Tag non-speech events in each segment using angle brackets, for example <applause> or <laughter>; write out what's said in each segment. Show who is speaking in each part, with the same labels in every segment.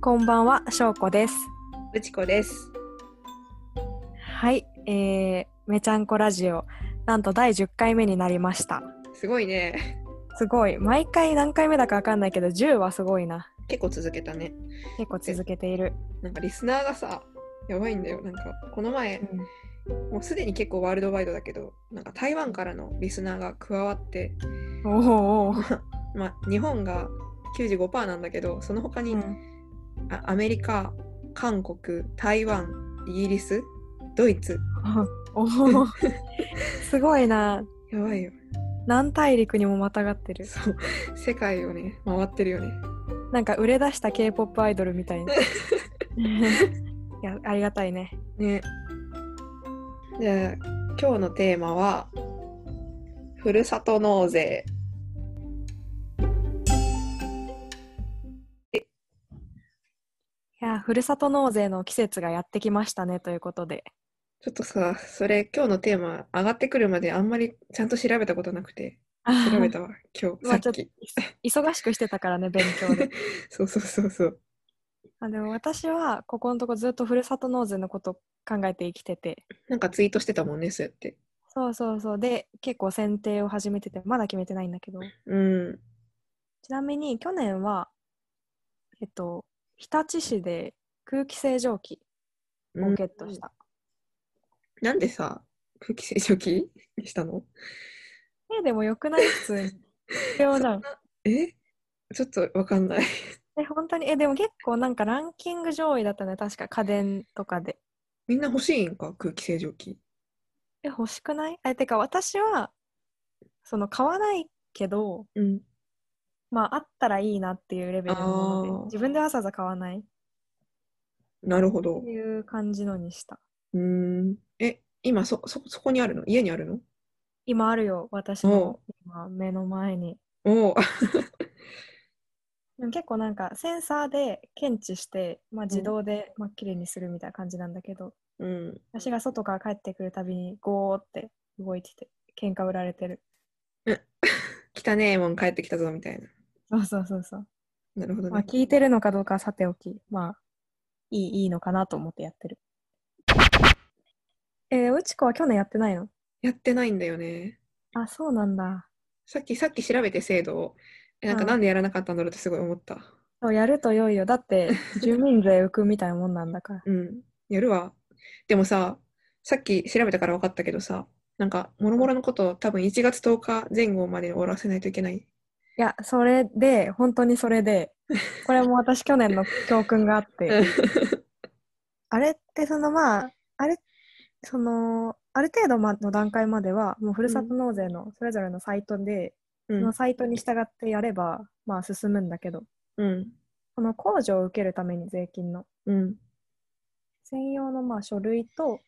Speaker 1: こんばんは、しょうこです。
Speaker 2: うちこです。
Speaker 1: はい、えー、めちゃんこラジオ、なんと第10回目になりました。
Speaker 2: すごいね。
Speaker 1: すごい、毎回何回目だかわかんないけど、10はすごいな。
Speaker 2: 結構続けたね。
Speaker 1: 結構続けている。
Speaker 2: なんかリスナーがさ、やばいんだよ。なんかこの前、
Speaker 1: うん
Speaker 2: もうすでに結構ワールドワイドだけど、なんか台湾からのリスナーが加わって、
Speaker 1: おーおー
Speaker 2: まあ日本が95%なんだけど、その他に、
Speaker 1: おー、うん
Speaker 2: あアメリカ、韓国、台湾、イギリス、ドイツ。
Speaker 1: <laughs> おーすごいな。
Speaker 2: やばいよ。
Speaker 1: 何大陸にもまたがってる。
Speaker 2: そう。世界をね、回ってるよね。
Speaker 1: なんか売れ出した K-POP アイドルみたい
Speaker 2: <laughs>
Speaker 1: な。いや、ありがたいね。
Speaker 2: ね。じゃあ今日のテーマはふるさと納税。
Speaker 1: いやー、ふるさと納税の季節がやってきましたねということで。
Speaker 2: ちょっとさ、それ今日のテーマ上がってくるまであんまりちゃんと調べたことなくて、調べたわ、今日、
Speaker 1: ま
Speaker 2: さ
Speaker 1: あちょ
Speaker 2: っ
Speaker 1: っと
Speaker 2: き。
Speaker 1: <laughs> 忙しくしてたからね、勉強で。
Speaker 2: そうそうそうそう。
Speaker 1: あでも私はここのとこずっとふるさと納税のこと考えて生きてて
Speaker 2: なんかツイートしてたもんね、そうやって。
Speaker 1: そうそうそうで結構選定を始めててまだ決めてないんだけど
Speaker 2: うん。
Speaker 1: ちなみに去年はえっと日立市で空気清浄機をゲットした、
Speaker 2: なんでさ、空気清浄機にしたの
Speaker 1: えでもよくない普通に必要じゃん
Speaker 2: えちょっとわかんない。
Speaker 1: え本当にえでも結構なんかランキング上位だったね確か家電とかで
Speaker 2: みんな欲しいんか、空気清浄機。
Speaker 1: え欲しくないえてか私はその買わないけど
Speaker 2: うん。
Speaker 1: まああったらいいなっていうレベルのも
Speaker 2: あ
Speaker 1: の
Speaker 2: ー
Speaker 1: で自分でわざわざ買わない
Speaker 2: なるほど。
Speaker 1: っていう感じのにした。
Speaker 2: うーん。え、今そ、そ、そこにあるの家にあるの
Speaker 1: 今あるよ、私の今目の前に。
Speaker 2: おお。
Speaker 1: でも結構なんかセンサーで検知して、まあ、自動でまあ綺麗にするみたいな感じなんだけど、
Speaker 2: <laughs> うん。
Speaker 1: 私が外から帰ってくるたびにゴーって動いてて、喧嘩売られてる。
Speaker 2: 汚ねえもん帰ってきたぞみたいな。
Speaker 1: そうそうそうそう。
Speaker 2: なるほど
Speaker 1: まあ
Speaker 2: ね。
Speaker 1: 聞いてるのかどうかはさておき、まあいいいいのかなと思ってやってる。えー、うちこは去年やってないの
Speaker 2: やってないんだよね。
Speaker 1: あ、そうなんだ。
Speaker 2: さっき、さっき調べて制度を。えなんか
Speaker 1: うん
Speaker 2: なんでやらなかったんだろうってすごい思った。
Speaker 1: そうやると良いよ。だ
Speaker 2: <laughs>
Speaker 1: って住民税浮くみたいなもんなんだから。
Speaker 2: うん。やるわ。でもさ、さっき調べたから分かったけどさ、なんか、もろもろのことを多分1月10日前後までに終わらせないといけない。
Speaker 1: いや、それで、本当にそれで、これも私去年の教訓があって、あれってそのまあ、あれ、その、ある程度まの段階までは、もうふるさと納税のそれぞれのサイトで、
Speaker 2: う
Speaker 1: そ
Speaker 2: ん
Speaker 1: の。サイトに従ってやれば、まあ進むんだけど、
Speaker 2: うん。
Speaker 1: この控除を受けるために税金の、
Speaker 2: うん。
Speaker 1: 専用のまあ書類と、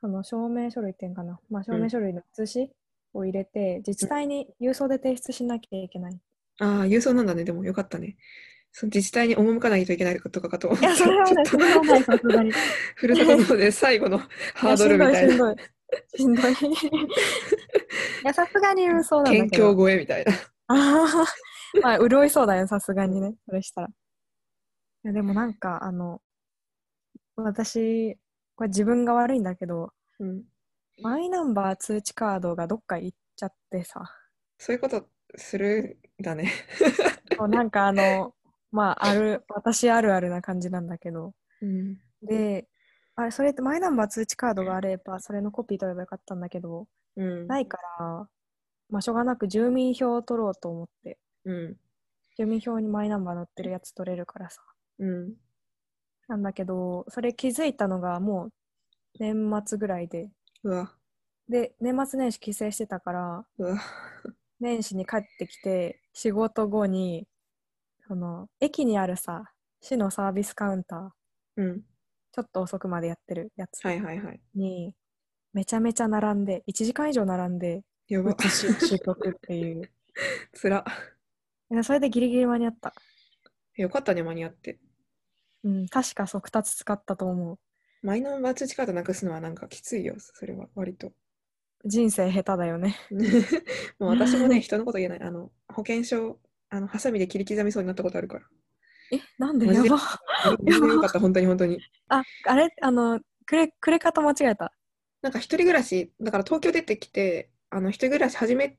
Speaker 1: その証明書類っていうんかな、まあ証明書類の写しを入れて、自治体に郵送で提出しなきゃいけない。
Speaker 2: ああ、郵送なんだね。でもよかったね。その自治体に赴かないといけないとかかと思っ
Speaker 1: いや、
Speaker 2: た
Speaker 1: それは
Speaker 2: ちょ
Speaker 1: ね、
Speaker 2: っ
Speaker 1: そ
Speaker 2: と
Speaker 1: れはない、さすが <laughs> に。
Speaker 2: ふるさと納税最後のハードルみたい
Speaker 1: やしんど
Speaker 2: な。
Speaker 1: いしんどいし <laughs> んどいいやさすがにうんそうなんだ
Speaker 2: 県
Speaker 1: け
Speaker 2: 境
Speaker 1: ど
Speaker 2: 越えみたいな。
Speaker 1: あーまあ潤いそうだよさすがにねそれしたらいやでもなんかあの私これ自分が悪いんだけど
Speaker 2: うん。
Speaker 1: マイナンバー通知カードがどっか行っちゃってさ
Speaker 2: そういうことするんだね。
Speaker 1: そうなんかあのまあある私あるあるな感じなんだけど
Speaker 2: うん。
Speaker 1: であれそれってマイナンバー通知カードがあればそれのコピー取ればよかったんだけど
Speaker 2: うん。
Speaker 1: ないから、まあ、しょうがなく住民票を取ろうと思って、
Speaker 2: うん。
Speaker 1: 住民票にマイナンバー載ってるやつ取れるからさ。
Speaker 2: うん。
Speaker 1: なんだけど、それ気づいたのがもう年末ぐらいで、
Speaker 2: うわ、
Speaker 1: で、年末年始帰省してたから、
Speaker 2: うわ。
Speaker 1: 年始に帰ってきて、仕事後に、その、駅にあるさ、市のサービスカウンター、
Speaker 2: うん。
Speaker 1: ちょっと遅くまでやってるやつ
Speaker 2: はいはいはい。
Speaker 1: に、めちゃめちゃ並んで、1時間以上並ん
Speaker 2: <laughs>
Speaker 1: で、
Speaker 2: やば
Speaker 1: う。つし取得っていう。
Speaker 2: つら。
Speaker 1: でそれでギリギリ間に合った。
Speaker 2: よかったね、間に合って。
Speaker 1: うん、確か速達使ったと思う。
Speaker 2: マイナンバー通知カードなくすのはなんかきついよ、それは、割と。 <laughs>
Speaker 1: 人生下手だよね。
Speaker 2: もう私もね、人のこと言えない。あの、保険証、あの、ハサミで切り刻みそうになったことあるから。
Speaker 1: え、なんで
Speaker 2: マジ
Speaker 1: や
Speaker 2: で
Speaker 1: ば。
Speaker 2: 全然よかった、本当に本当に。
Speaker 1: あ、あれ、あの、くれ、くれ方間違えた。
Speaker 2: なんか一人暮らし、だから東京出てきて、あの一人暮らし始め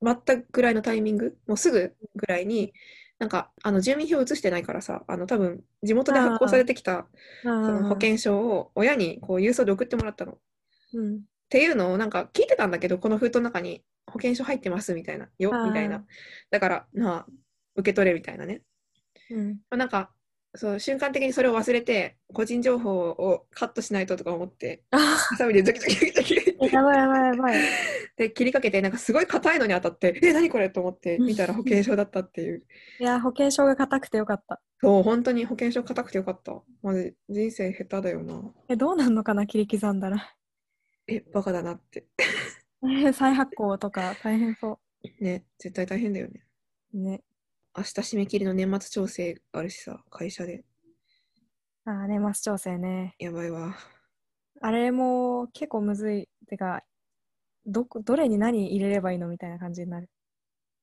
Speaker 2: まったぐらいのタイミング、もうすぐぐらいに、なんかあの住民票移してないからさ、あの多分地元で発行されてきたその保険証を親にこう郵送で送ってもらったの。っ
Speaker 1: うん。
Speaker 2: ていうのをなんか聞いてたんだけど、この封筒の中に保険証入ってますみたいな、よ
Speaker 1: あー
Speaker 2: みたいな。だから、まあ、受け取れみたいなね。
Speaker 1: うん。 <laughs>
Speaker 2: まあなんかそう瞬間的にそれを忘れて、個人情報をカットしないととか
Speaker 1: <laughs>
Speaker 2: 思って、
Speaker 1: あ、
Speaker 2: ハサミでドキドキドキドキって
Speaker 1: やばいやばいやばい。
Speaker 2: で切りかけてなんかすごい硬いのに当たって「え何これ?」と思って
Speaker 1: うん
Speaker 2: 見たら保険証だったっていう
Speaker 1: いや、保険証が硬くてよかった。
Speaker 2: そう本当に保険証硬くてよかったマジ人生下手だよな
Speaker 1: え、どうなんのかな、切り刻んだら。 <laughs>
Speaker 2: えバカだなって
Speaker 1: え再発行とか大変そ
Speaker 2: ね絶対大変だよね
Speaker 1: う。ね。
Speaker 2: 明日締め切りの年末調整あるしさ会社で
Speaker 1: あー、年末調整ね。
Speaker 2: やばいわ
Speaker 1: あれも結構むずい。てか、どこ、どれに何入れればいいのみたいな感じになる。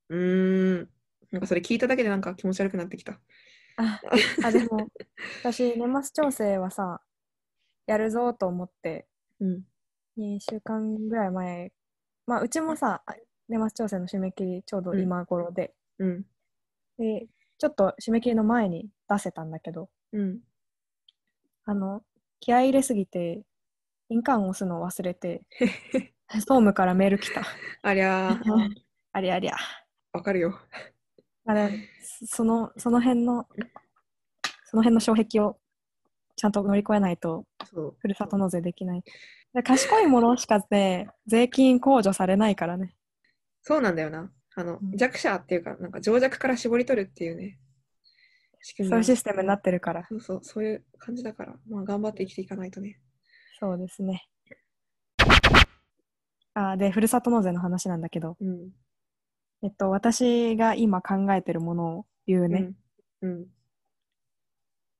Speaker 2: うーんなんかそれ聞いただけでなんか気持ち悪くなってきた
Speaker 1: あ、 <laughs> あでも、私、年末調整はさ、やるぞと思って、
Speaker 2: うん
Speaker 1: 2週間ぐらい前、まあ、うちもさ、年末調整の締め切り、ちょうど今頃で、
Speaker 2: うん
Speaker 1: で、ちょっと締め切りの前に出せたんだけど、
Speaker 2: うん
Speaker 1: あの、気合い入れすぎて、印鑑を押すのを忘れ <laughs> て、総務からメール来た。
Speaker 2: ありゃー
Speaker 1: <laughs> ありゃありゃ。
Speaker 2: わかるよ
Speaker 1: あれ、その、その辺の、その辺の障壁をちゃんと乗り越えないと、
Speaker 2: そう
Speaker 1: ふるさと納税できない。で賢いものしかね、税金控除されないからね。
Speaker 2: そうなんだよなあの
Speaker 1: うん
Speaker 2: 弱者っていうかなんか情弱から絞り取るっていうね仕組み
Speaker 1: そ
Speaker 2: を
Speaker 1: ういうシステムになってるから。
Speaker 2: そうそう、そういう感じだから、まあ頑張って生きていかないとね。
Speaker 1: そうですね。あで、ふるさと納税の話なんだけど、
Speaker 2: うん。
Speaker 1: えっと、私が今考えてるものを言うね。
Speaker 2: うん。うん。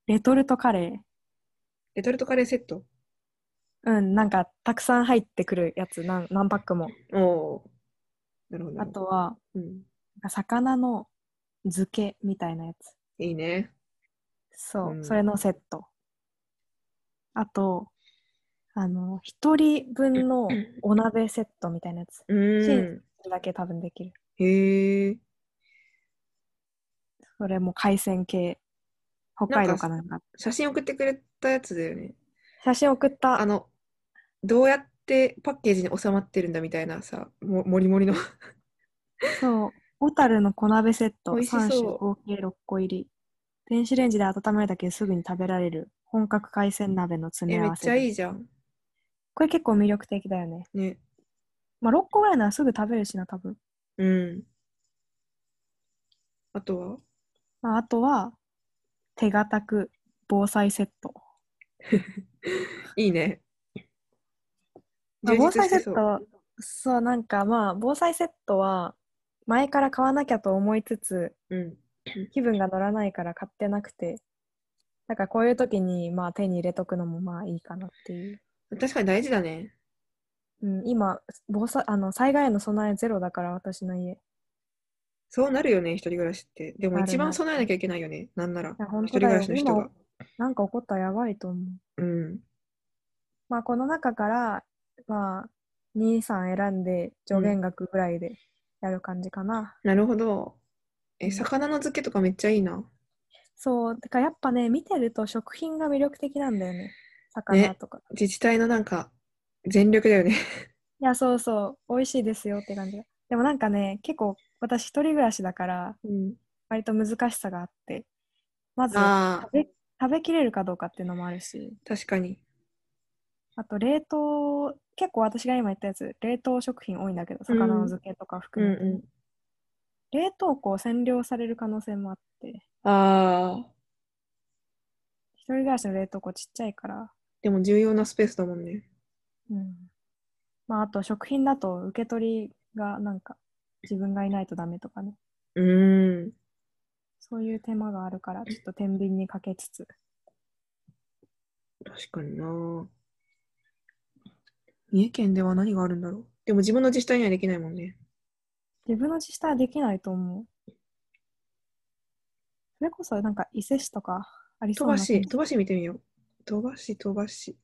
Speaker 1: レトルトカレ
Speaker 2: レトルトカレーセット。
Speaker 1: ー。うん、なんか、たくさん入ってくるやつ、なん何パックも。
Speaker 2: おおー。なるほど。
Speaker 1: あ、とは、
Speaker 2: うん。
Speaker 1: 魚の漬けみたいなやつ。
Speaker 2: いいね。
Speaker 1: そう、
Speaker 2: うん
Speaker 1: それのセット。あと、あの、一人分のお鍋セットみたいなやつ。
Speaker 2: う
Speaker 1: チ
Speaker 2: ー
Speaker 1: ー
Speaker 2: ん。
Speaker 1: それだけ多分できる。
Speaker 2: へえ。
Speaker 1: それも海鮮系。北海道かなんか。
Speaker 2: 写真送ってくれたやつだよね。
Speaker 1: 写真送った。
Speaker 2: あの、どうやってパッケージに収まってるんだみたいなさ、ももりもりの。
Speaker 1: そう。小樽の小鍋セット
Speaker 2: 美味しそう
Speaker 1: 3種合計6個入り。電子レンジで温めるだけですぐに食べられる本格海鮮鍋の詰
Speaker 2: え、
Speaker 1: め合
Speaker 2: めっ
Speaker 1: わせ
Speaker 2: ちゃい
Speaker 1: で
Speaker 2: いじゃん。
Speaker 1: これ結構魅力的だよね。
Speaker 2: ね。
Speaker 1: まあ、6個ぐらいならすぐ食べるしな、多分。
Speaker 2: うん。あとは
Speaker 1: まあ、あとは、手堅く防災セット。
Speaker 2: いいね。
Speaker 1: まあ、防災セ
Speaker 2: そう
Speaker 1: ット、そう、なんかまあ、防災セットは、前から買わなきゃと思いつつ、
Speaker 2: うん。
Speaker 1: 気分が乗らないから買ってなくて、だからこういう時に、まあ、手に入れとくのもまあいいかなっていう。
Speaker 2: 確かに大事だね。
Speaker 1: うん、今、防災、あの、災害への備えゼロだから、私の家。い
Speaker 2: そうなるよね、一人暮らしって。でも
Speaker 1: なる
Speaker 2: 一番
Speaker 1: な
Speaker 2: 備えなきゃいけないよね、なんなら。
Speaker 1: や、
Speaker 2: 一
Speaker 1: 本
Speaker 2: 人
Speaker 1: 当
Speaker 2: 暮
Speaker 1: だよ
Speaker 2: らし。の人が
Speaker 1: 今。、なんか起こったらやばいと思う。
Speaker 2: うん。
Speaker 1: まあ、この中から、まあ、2、3選んで、上限額ぐらいでやる感じかな。
Speaker 2: なるほど。
Speaker 1: う
Speaker 2: え、
Speaker 1: ん
Speaker 2: 魚の漬けとかめっちゃいいな。
Speaker 1: そう、てかやっぱね、見てると食品が魅力的なんだよね。魚
Speaker 2: ね
Speaker 1: とか。
Speaker 2: 自治体のなんか、全力だよね。
Speaker 1: いや、そうそう、美味しいですよって感じが。でもなんかね、結構私一人暮らしだから、
Speaker 2: うん、
Speaker 1: 割と難しさがあって、まず食
Speaker 2: ああ、
Speaker 1: べ、食べきれるかどうかっていうのもあるし、
Speaker 2: 確かに。
Speaker 1: あと冷凍、結構私が今言ったやつ、冷凍食品多いんだけど、魚の漬けとか
Speaker 2: うん
Speaker 1: 含めてね、
Speaker 2: う
Speaker 1: 冷凍庫を占領される可能性もあって、
Speaker 2: ん。ああ、
Speaker 1: 一人暮らしの冷凍庫ちっちゃいから、
Speaker 2: でも重要なスペースだもんね。
Speaker 1: うん。まあ、あと食品だと受け取りがなんか自分がいないとダメとかね。
Speaker 2: うーん。
Speaker 1: そういう手間があるから、ちょっと天秤にかけつつ。
Speaker 2: 確かにな。三重県では何があるんだろう。でも自分の自治体にはできないもんね。
Speaker 1: 自分の自治体はできないと思う。それこそなんか伊勢市とかありそ
Speaker 2: 飛
Speaker 1: うな
Speaker 2: ばし、飛ばし見てみよう。飛ばし、飛ばし。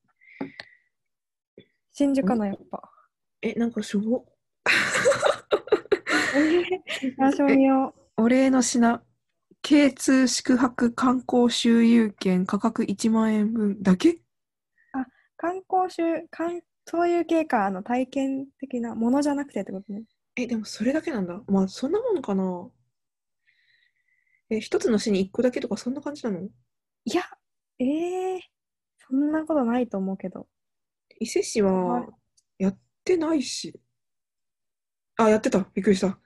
Speaker 1: 新宿のやっぱ。
Speaker 2: え、なんかしょぼ。
Speaker 1: ラジオ見よ
Speaker 2: お礼の品。K2 宿泊観光周遊券価格1万円分だけ
Speaker 1: う観光集観そういう系かあの体験的なものじゃなくてってことね。
Speaker 2: え、でもそれだけなんだ。まあ、そんなもんかな。え、一つの市に1個だけとかそんな感じなの
Speaker 1: いや、ええそんなことないと思うけど。
Speaker 2: 伊勢市
Speaker 1: はい
Speaker 2: はやってないし。あ、やってた。びっくりした。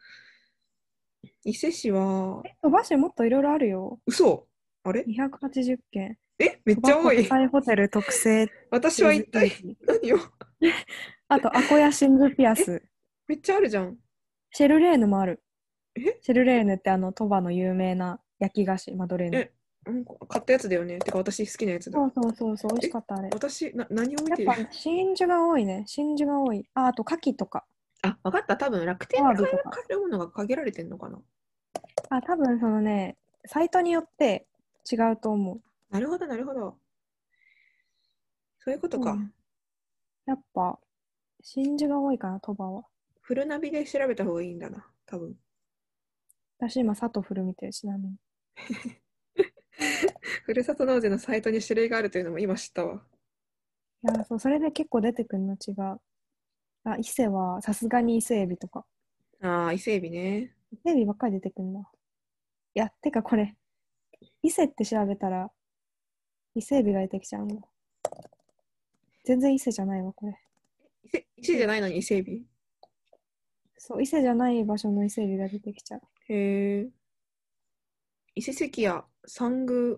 Speaker 2: 伊勢市は、
Speaker 1: え、鳥羽市もっといろいろあるよ。
Speaker 2: 嘘あれ
Speaker 1: 280件。
Speaker 2: え、めっちゃ多
Speaker 1: 鳥羽
Speaker 2: い
Speaker 1: 国。際ホテル特製。
Speaker 2: 私は一体何を
Speaker 1: あと、アコヤ真珠ピアス。
Speaker 2: めっちゃあるじゃん。
Speaker 1: シェルレーヌもある。
Speaker 2: え
Speaker 1: シェルレーヌってあの鳥羽の有名な焼き菓子、マドレーヌ
Speaker 2: え。なんか買ったやつだよね。てか私好きなやつだ
Speaker 1: そ。うそうそうそう、美味しかったあれ。
Speaker 2: 私、な何を見て
Speaker 1: やっぱ真珠が多いね。真珠が多い。あ、あと牡蠣とか。
Speaker 2: あ、わかった。多分楽天
Speaker 1: アワ
Speaker 2: で
Speaker 1: ビ
Speaker 2: 買
Speaker 1: と
Speaker 2: え
Speaker 1: か
Speaker 2: 買えるものが限られてんのかな。
Speaker 1: あ、多分そのね、サイトによって違うと思う。
Speaker 2: なるほど、なるほど。そういうことか。
Speaker 1: うんやっぱ、真珠が多いかな、鳥羽は。
Speaker 2: フルナビで調べた方がいいんだな。多分。
Speaker 1: 私今、佐藤古見てる、ちなみに。
Speaker 2: ふるさと納税のサイトに種類があるというのも今知ったわ。
Speaker 1: いや、そう、それで結構出てくるの違う。あ、伊勢は、さすがに伊勢エビとか。
Speaker 2: ああ、伊勢海老ね。
Speaker 1: 伊勢エビばっかり出てくるな。いや、てかこれ、伊勢って調べたら、伊勢エビが出てきちゃうの。全然伊勢じゃないわ、これ。
Speaker 2: 伊勢伊勢じゃないのに伊勢海
Speaker 1: そう、伊勢じゃない場所の伊勢エビが出てきちゃう。
Speaker 2: 老。へえ。伊勢関や三宮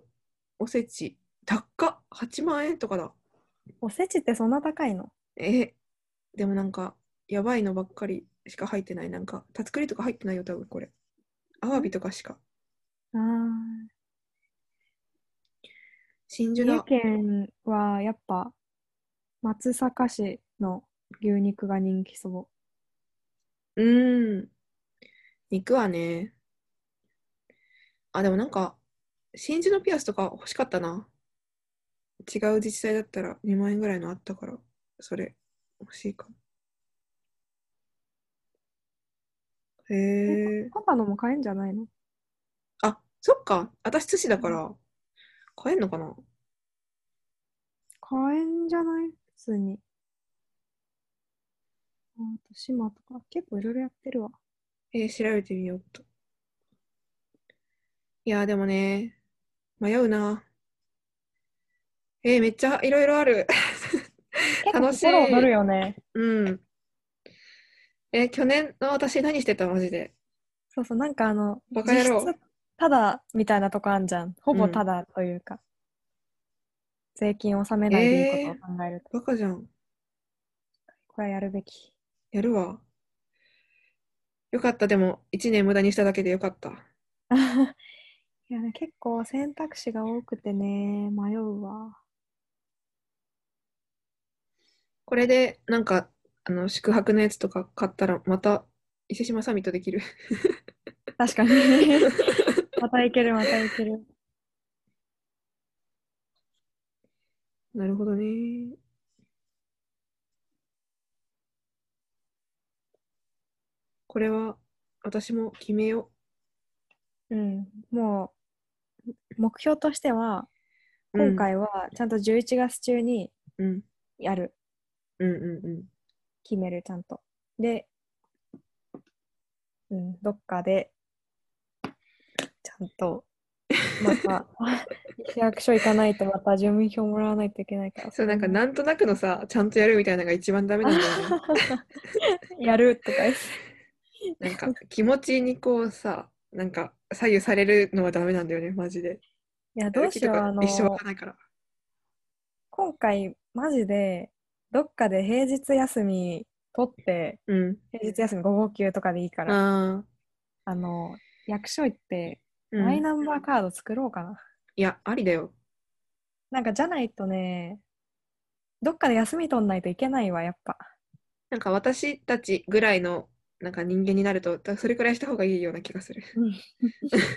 Speaker 2: おせち。高っ !8 万円とかだ。
Speaker 1: おせちってそんな高いの
Speaker 2: え、でもなんか、やばいのばっかりしか入ってない。なんか、タツクリとか入ってないよ、多分これ。アワビとかしか。
Speaker 1: ああ。
Speaker 2: 真
Speaker 1: 三
Speaker 2: 珠
Speaker 1: 重
Speaker 2: だ。
Speaker 1: 県はやっぱ松阪市の牛肉が人気そう
Speaker 2: ーん。肉はね。あ、でもなんか、真珠のピアスとか欲しかったな。違う自治体だったら2万円ぐらいのあったから、それ欲しいかも。へ
Speaker 1: う。
Speaker 2: え。
Speaker 1: パパのも買えんじゃないの
Speaker 2: あ、そっか。私寿司だから、買えんのかな
Speaker 1: 買えんじゃない普通に。あと島とか結構いろいろやってるわ。
Speaker 2: えー調べてみようっと。いやー、でもね、迷うな。えーめっちゃいろいろある。楽しい
Speaker 1: 結構心躍るよね。
Speaker 2: うん。えー去年の私何してたマジで。
Speaker 1: そうそう、なんかあの、
Speaker 2: バカ野郎
Speaker 1: 実質ただみたいなとこあんじゃん。ほぼただというか。税金を納めないでいいことを考えると、
Speaker 2: バカじゃん。
Speaker 1: これはやるべき。 <laughs>
Speaker 2: やるわ。よかった、でも、一年無駄にしただけでよかった。
Speaker 1: いやね、結構選択肢が多くてね、迷うわ。
Speaker 2: これで、なんか、あの、宿泊のやつとか買ったら、また、伊勢志摩サミットできる。 <laughs>
Speaker 1: 確かに。またいける、またいける。
Speaker 2: なるほどね。これは私も決めよ
Speaker 1: うん。もう、目標としては、
Speaker 2: う。うん
Speaker 1: 今、回はちゃんと11月中に
Speaker 2: うん、
Speaker 1: やる、
Speaker 2: うんうんうん。
Speaker 1: 決める、ちゃんと。で、うん、どっかで、ちゃんと、ま
Speaker 2: <laughs>
Speaker 1: た、市役所行かないと、また住民票もらわないといけないから。
Speaker 2: そうなんかなんとなくのさ、ちゃんとやるみたいなのが一番ダメなんだよね。
Speaker 1: やるとか言って
Speaker 2: なんか気持ちにこうさ、なんか左右されるのはダメなんだよね、マジで。
Speaker 1: いや、どうしよう、
Speaker 2: や
Speaker 1: あ
Speaker 2: る
Speaker 1: の
Speaker 2: 気とか一生わかないから。
Speaker 1: 今回マジでどっかで平日休み取って
Speaker 2: うん。
Speaker 1: 平日休み5号休とかでいいから、あ
Speaker 2: ああ。
Speaker 1: の役所行って
Speaker 2: うん
Speaker 1: マイナンバーカード作ろうかな、
Speaker 2: いや、ありだよ。
Speaker 1: なんかじゃないとねどっかで休み取んないといけないわやっぱ
Speaker 2: なんか私たちぐらいのなんか人間になるとだそれくらいした方がいいような気がする、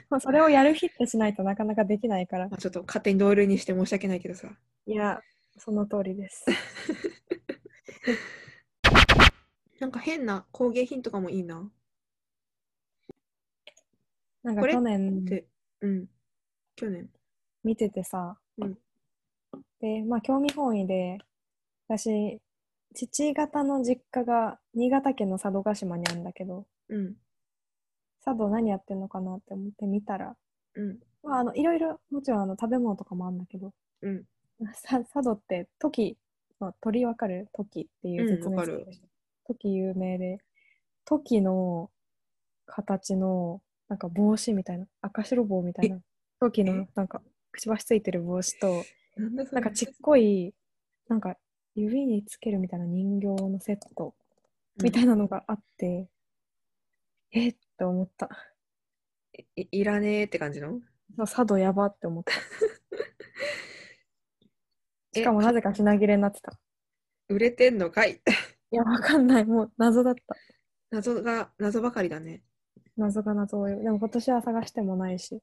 Speaker 1: まあそれをやる日ってしないとなかなかできないから
Speaker 2: ま。あ、ちょっと勝手に同類にして申し訳ないけどさ
Speaker 1: いや、その通り
Speaker 2: <laughs>
Speaker 1: です。
Speaker 2: なんか変な工芸品とかもいいな
Speaker 1: なんか
Speaker 2: これ
Speaker 1: 去年
Speaker 2: ってうん去年
Speaker 1: 見ててさ、
Speaker 2: うん
Speaker 1: で、まあ興味本位で、私、父方の実家が新潟県の佐渡島にあるんだけど、
Speaker 2: うん
Speaker 1: 佐渡何やってんのかなって思って見たら、
Speaker 2: うん
Speaker 1: まあ、あのいろいろもちろんあの食べ物とかもあるんだけど
Speaker 2: うん
Speaker 1: <laughs> さ佐渡ってトキの鳥わかるトキっていう説
Speaker 2: うん
Speaker 1: 明
Speaker 2: わ
Speaker 1: す
Speaker 2: かる
Speaker 1: る、トキ有名でトキの形のなんか帽子みたいな赤白棒みたいなトキの
Speaker 2: え
Speaker 1: なんかくちばしついてる帽子と
Speaker 2: なんだそ
Speaker 1: な
Speaker 2: れ
Speaker 1: んかちっこいなんか指につけるみたいな人形のセットみたいなのがあって、えっと思った
Speaker 2: いいらねえって感じの
Speaker 1: 佐渡やばって思った
Speaker 2: <laughs> え
Speaker 1: しかもなぜか品切れになってた。
Speaker 2: 売れてんのかい <laughs>
Speaker 1: いや、わかんない。もう謎だった。
Speaker 2: 謎が謎ばかりだね
Speaker 1: 謎が謎をよ。でも今年は探してもないし。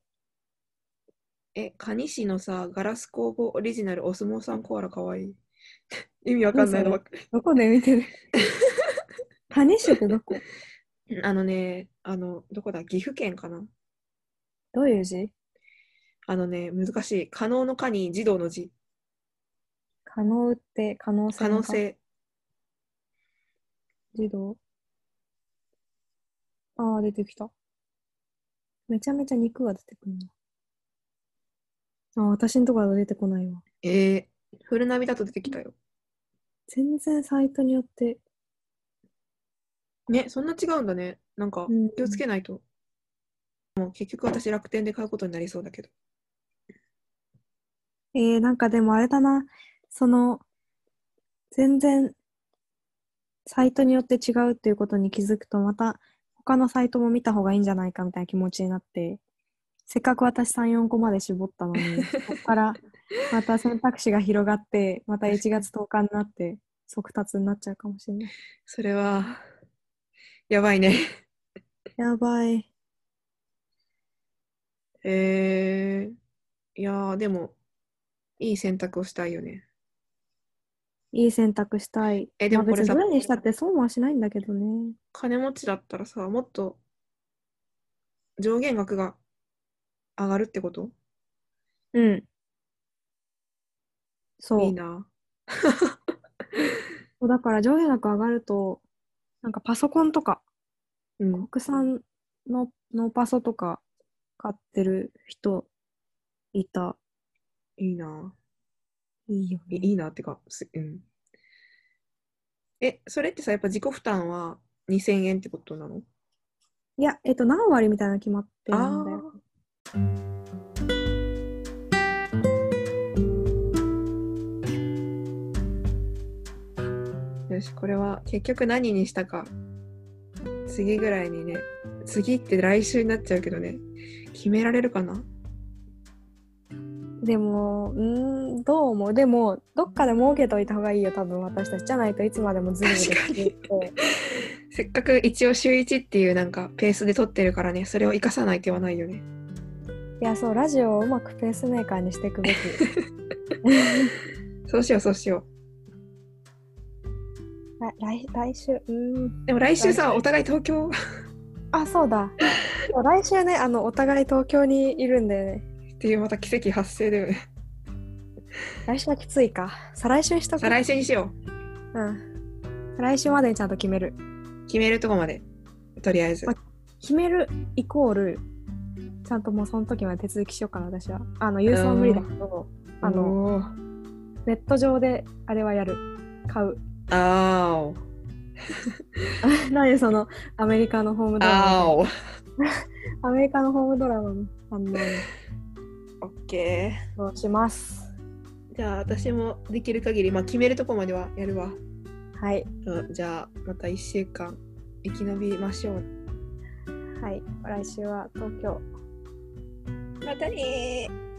Speaker 2: え蟹市のさガラス工房オリジナルお相撲さんコアラかわいい <laughs> 意味わかんないのばっかり
Speaker 1: どこで見て
Speaker 2: <laughs>
Speaker 1: る蟹市ってどこ
Speaker 2: うんあのねあのどこだ岐阜県かな
Speaker 1: どういう字
Speaker 2: あのね難しい可能の可に児童の字
Speaker 1: 可能って可能性
Speaker 2: 可
Speaker 1: の
Speaker 2: 能
Speaker 1: 可。
Speaker 2: 性
Speaker 1: 児童。ああ、出てきた。めちゃめちゃ肉が出てくるな。あー私のところは出てこないわ。
Speaker 2: えー、フルナビだと出てきたよ
Speaker 1: 全然サイトによって。
Speaker 2: ねそんな違うんだねなんか
Speaker 1: うん
Speaker 2: 気をつけないと、もう結局私楽天で買うことになりそうだけど
Speaker 1: えー、なんかでもあれだな、その、全然、サイトによって違うっていうことに気づくと、また、他のサイトも見た方がいいんじゃないかみたいな気持ちになって、せっかく私3、4個まで絞ったの
Speaker 2: <laughs>
Speaker 1: に、そこから、また選択肢が広がって、また1月10日になって、速達になっちゃうかもしれない。
Speaker 2: それはやばいね
Speaker 1: やばい。
Speaker 2: えー、いやーでもいい選択をしたいよね
Speaker 1: いい選択したい。
Speaker 2: えでも
Speaker 1: まあ
Speaker 2: これ
Speaker 1: 別
Speaker 2: さ
Speaker 1: にどれにしたって損はしないんだけどね。
Speaker 2: 金持ちだったらさもっと上限額が上がるってこと
Speaker 1: うん。そう。
Speaker 2: いいな
Speaker 1: そうだから上限額上がると、なんかパソコンとか、
Speaker 2: うん
Speaker 1: 国産のノーパソとか買ってる人いた。
Speaker 2: いいない
Speaker 1: いよ
Speaker 2: い
Speaker 1: ね。
Speaker 2: いいなってかすうんえそれってさやっぱ自己負担は2000円ってことなの
Speaker 1: いや、えっと、何割みたいなの決まってるんだ
Speaker 2: ー
Speaker 1: よ。
Speaker 2: よしこれは結局何にしたか次ぐらいにね次って来週になっちゃうけどね決められるかな <laughs>
Speaker 1: でも、うーん、どう思うでも、どっかで儲けといた方がいいよ、多分私たち。じゃないといつまでもズルズルしていて。
Speaker 2: せっかく一応週1っていうなんかペースで撮ってるからねそれを生かさない手はないよね
Speaker 1: いや、そう、ラジオをうまくペースメーカーにしていくべき。
Speaker 2: そうしようそうしよ
Speaker 1: 来来来週、うーん。
Speaker 2: うでも来週
Speaker 1: 来
Speaker 2: さお互い東京 <laughs>
Speaker 1: あ、そうだ。そう来週ね、あの、お互い東京にいるんだよね。
Speaker 2: っていうまた奇跡発生だよね
Speaker 1: 来週はきついか。再来週にしとく。
Speaker 2: さあ来週にしよう
Speaker 1: うん。再来週までにちゃんと決める。
Speaker 2: 決めるとこまでとりあえず
Speaker 1: ま決めるイコール、ちゃんともうその時まで手続きしようかな、私は。あの、郵送は無理だけど、あの、
Speaker 2: おー
Speaker 1: ネット上であれはやる。買う。 <laughs>
Speaker 2: あお
Speaker 1: 何その、アメリカのホームド
Speaker 2: あ
Speaker 1: ラ
Speaker 2: おオ
Speaker 1: マ。アメリカのホームドラマの反
Speaker 2: ッケ
Speaker 1: 応をします。
Speaker 2: ーじゃあ私もできる限りまあ決めるとこまではやるわ、
Speaker 1: はい。
Speaker 2: うん、じゃあまた1週間生き延びましょう
Speaker 1: はい。来週は東京。
Speaker 2: またねー